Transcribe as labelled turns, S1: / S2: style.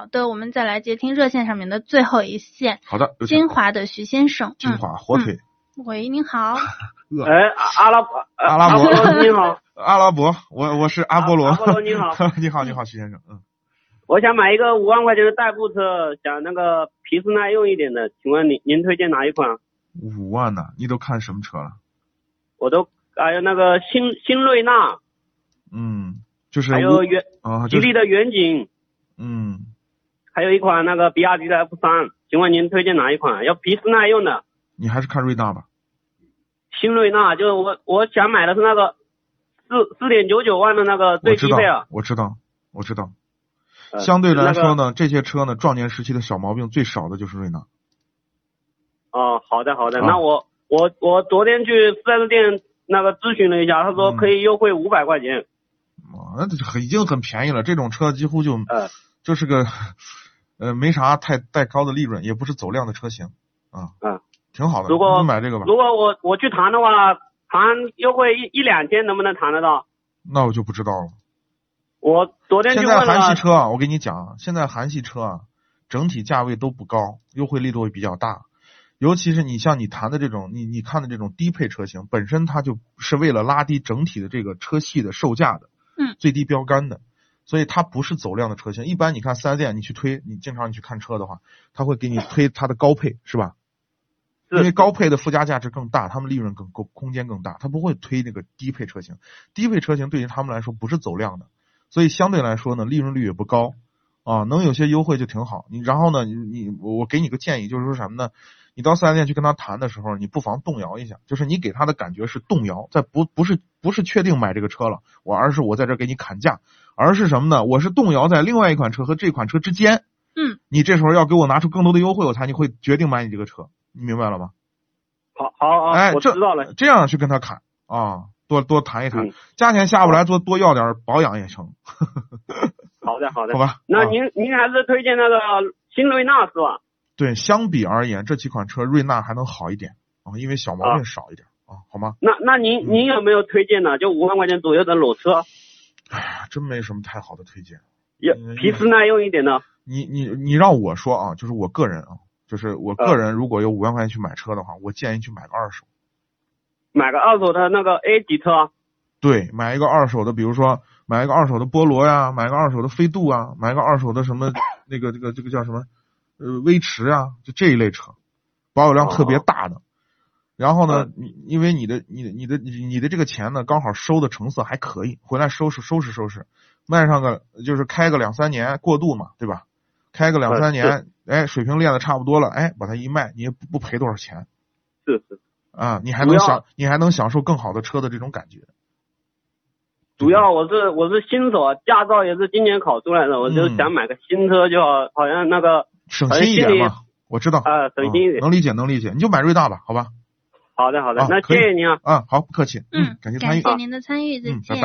S1: 好的，我们再来接听热线上面的最后一线，
S2: 好的，有请
S1: 金华的徐先生。
S2: 金华火腿，
S1: 嗯，喂，您 好，
S2: 饿
S3: 哎，阿阿拉伯，呃
S2: 阿拉伯
S3: 伯罗你好，
S2: 阿拉伯，我我是阿波罗，
S3: 啊阿波罗你好，
S2: 你好你好徐先生，嗯，
S3: 我想买一个五万块钱的代步车，想那个皮实耐用一点的，请问您您推荐哪一款？
S2: 五万呢，你都看什么车了？
S3: 我都还有那个新新瑞纳，
S2: 嗯，就是
S3: 还有
S2: 五
S3: 远
S2: 啊，
S3: 吉
S2: 就
S3: 利
S2: 是
S3: 的远景，
S2: 嗯，
S3: 还有一款那个比亚迪的 F 三，请问您推荐哪一款？要皮实耐用的
S2: 你还是看瑞纳吧，
S3: 新瑞纳，就是我我想买的是那个四四点九九万的那个
S2: 我
S3: 最
S2: 知
S3: 低配啊
S2: 道，，我知道，我知道。
S3: 呃
S2: 相对来说
S3: 那个
S2: 呢，这些车呢，壮年时期的小毛病最少的就是瑞纳。
S3: 哦，好的好的，
S2: 啊
S3: 那我我我昨天去四 S 店那个咨询了一下，他说
S2: 嗯
S3: 可以优惠五百块钱。
S2: 啊，那这很已经很便宜了。这种车几乎就
S3: 呃，
S2: 就是个呃没啥太太高的利润，也不是走量的车型啊。
S3: 嗯，
S2: 挺好的。
S3: 如果
S2: 你买这个吧，
S3: 如果我我去谈的话，谈优惠一一两千能不能谈得到？
S2: 那我就不知道了。
S3: 我昨天去
S2: 现在
S3: 问
S2: 韩
S3: 了
S2: 系，车啊，我跟你讲啊，现在韩系车啊，整体价位都不高，优惠力度也比较大。尤其是你像你谈的这种，你你看的这种低配车型，本身它就是为了拉低整体的这个车系的售价的，
S1: 嗯，
S2: 最低标杆的，所以它不是走量的车型。一般你看四 S 店，你去推，你经常你去看车的话，他会给你推它的高配，是吧？
S3: 是
S2: 因为高配的附加价值更大，他们利润更够，空间更大，他不会推那个低配车型。低配车型对于他们来说不是走量的，所以相对来说呢，利润率也不高啊，能有些优惠就挺好。你然后呢，你你我我给你个建议，就是说什么呢？你到四 S 店去跟他谈的时候，你不妨动摇一下，就是你给他的感觉是动摇，在不不是不是确定买这个车了，我而是我在这儿给你砍价，而是什么呢？我是动摇在另外一款车和这款车之间。
S1: 嗯，
S2: 你这时候要给我拿出更多的优惠，我才你会决定买你这个车，你明白了吗？
S3: 好好好，
S2: 哎，
S3: 我
S2: 这
S3: 知道了。
S2: 这样去跟他砍啊，多多谈一谈，
S3: 嗯
S2: 价钱下不来，多多要点保养也成，
S3: 好的好的
S2: 好，吧？
S3: 那
S2: 啊
S3: 您、您还是推荐那个新瑞纳是吧？
S2: 对相比而言，这几款车瑞纳还能好一点啊，因为小毛病少一点啊，好吗？
S3: 那那您
S2: 嗯
S3: 您有没有推荐的？就五万块钱左右的裸车，
S2: 哎呀，真没什么太好的推荐。
S3: 也
S2: 嗯
S3: 皮实耐用一点的。
S2: 你你你让我说啊，就是我个人啊，就是我个
S3: 啊
S2: 人如果有五万块钱去买车的话，我建议去买个二手。
S3: 买个二手的那个 A 级车，啊
S2: 对，买一个二手的，比如说买一个二手的菠萝呀，买一个二手的飞度啊，买一个二手的什么那个这个这个叫什么呃威驰啊，就这一类车，保有量特别大的。然后呢，你因为你的你的你的你你的这个钱呢，刚好收的成色还可以，回来收拾收拾收拾，卖上个就是开个两三年过渡嘛，对吧？开个两
S3: 嗯
S2: 三
S3: 是
S2: 年，哎，水平练的差不多了，哎，把它一卖，你也不不赔多少钱
S3: 是是，
S2: 啊，你还
S3: 主
S2: 能
S3: 要
S2: 享你还能享受更好的车的这种感觉。嗯
S3: 主要我是我是新手，啊，驾照也是今年考出来的，我就
S2: 嗯
S3: 想买个新车，就好好像那个
S2: 省心一点嘛，我知道。
S3: 啊，省心一
S2: 嗯
S3: 点。
S2: 能理解能理解，你就买瑞大吧，好吧？
S3: 好的好的
S2: 啊，
S3: 那
S2: 可以
S3: 谢谢您啊。
S2: 啊，好，不客气，
S1: 嗯，
S2: 感谢参
S1: 感
S2: 与，
S1: 谢您的参与，再
S2: 嗯，
S1: 见。
S2: 拜拜。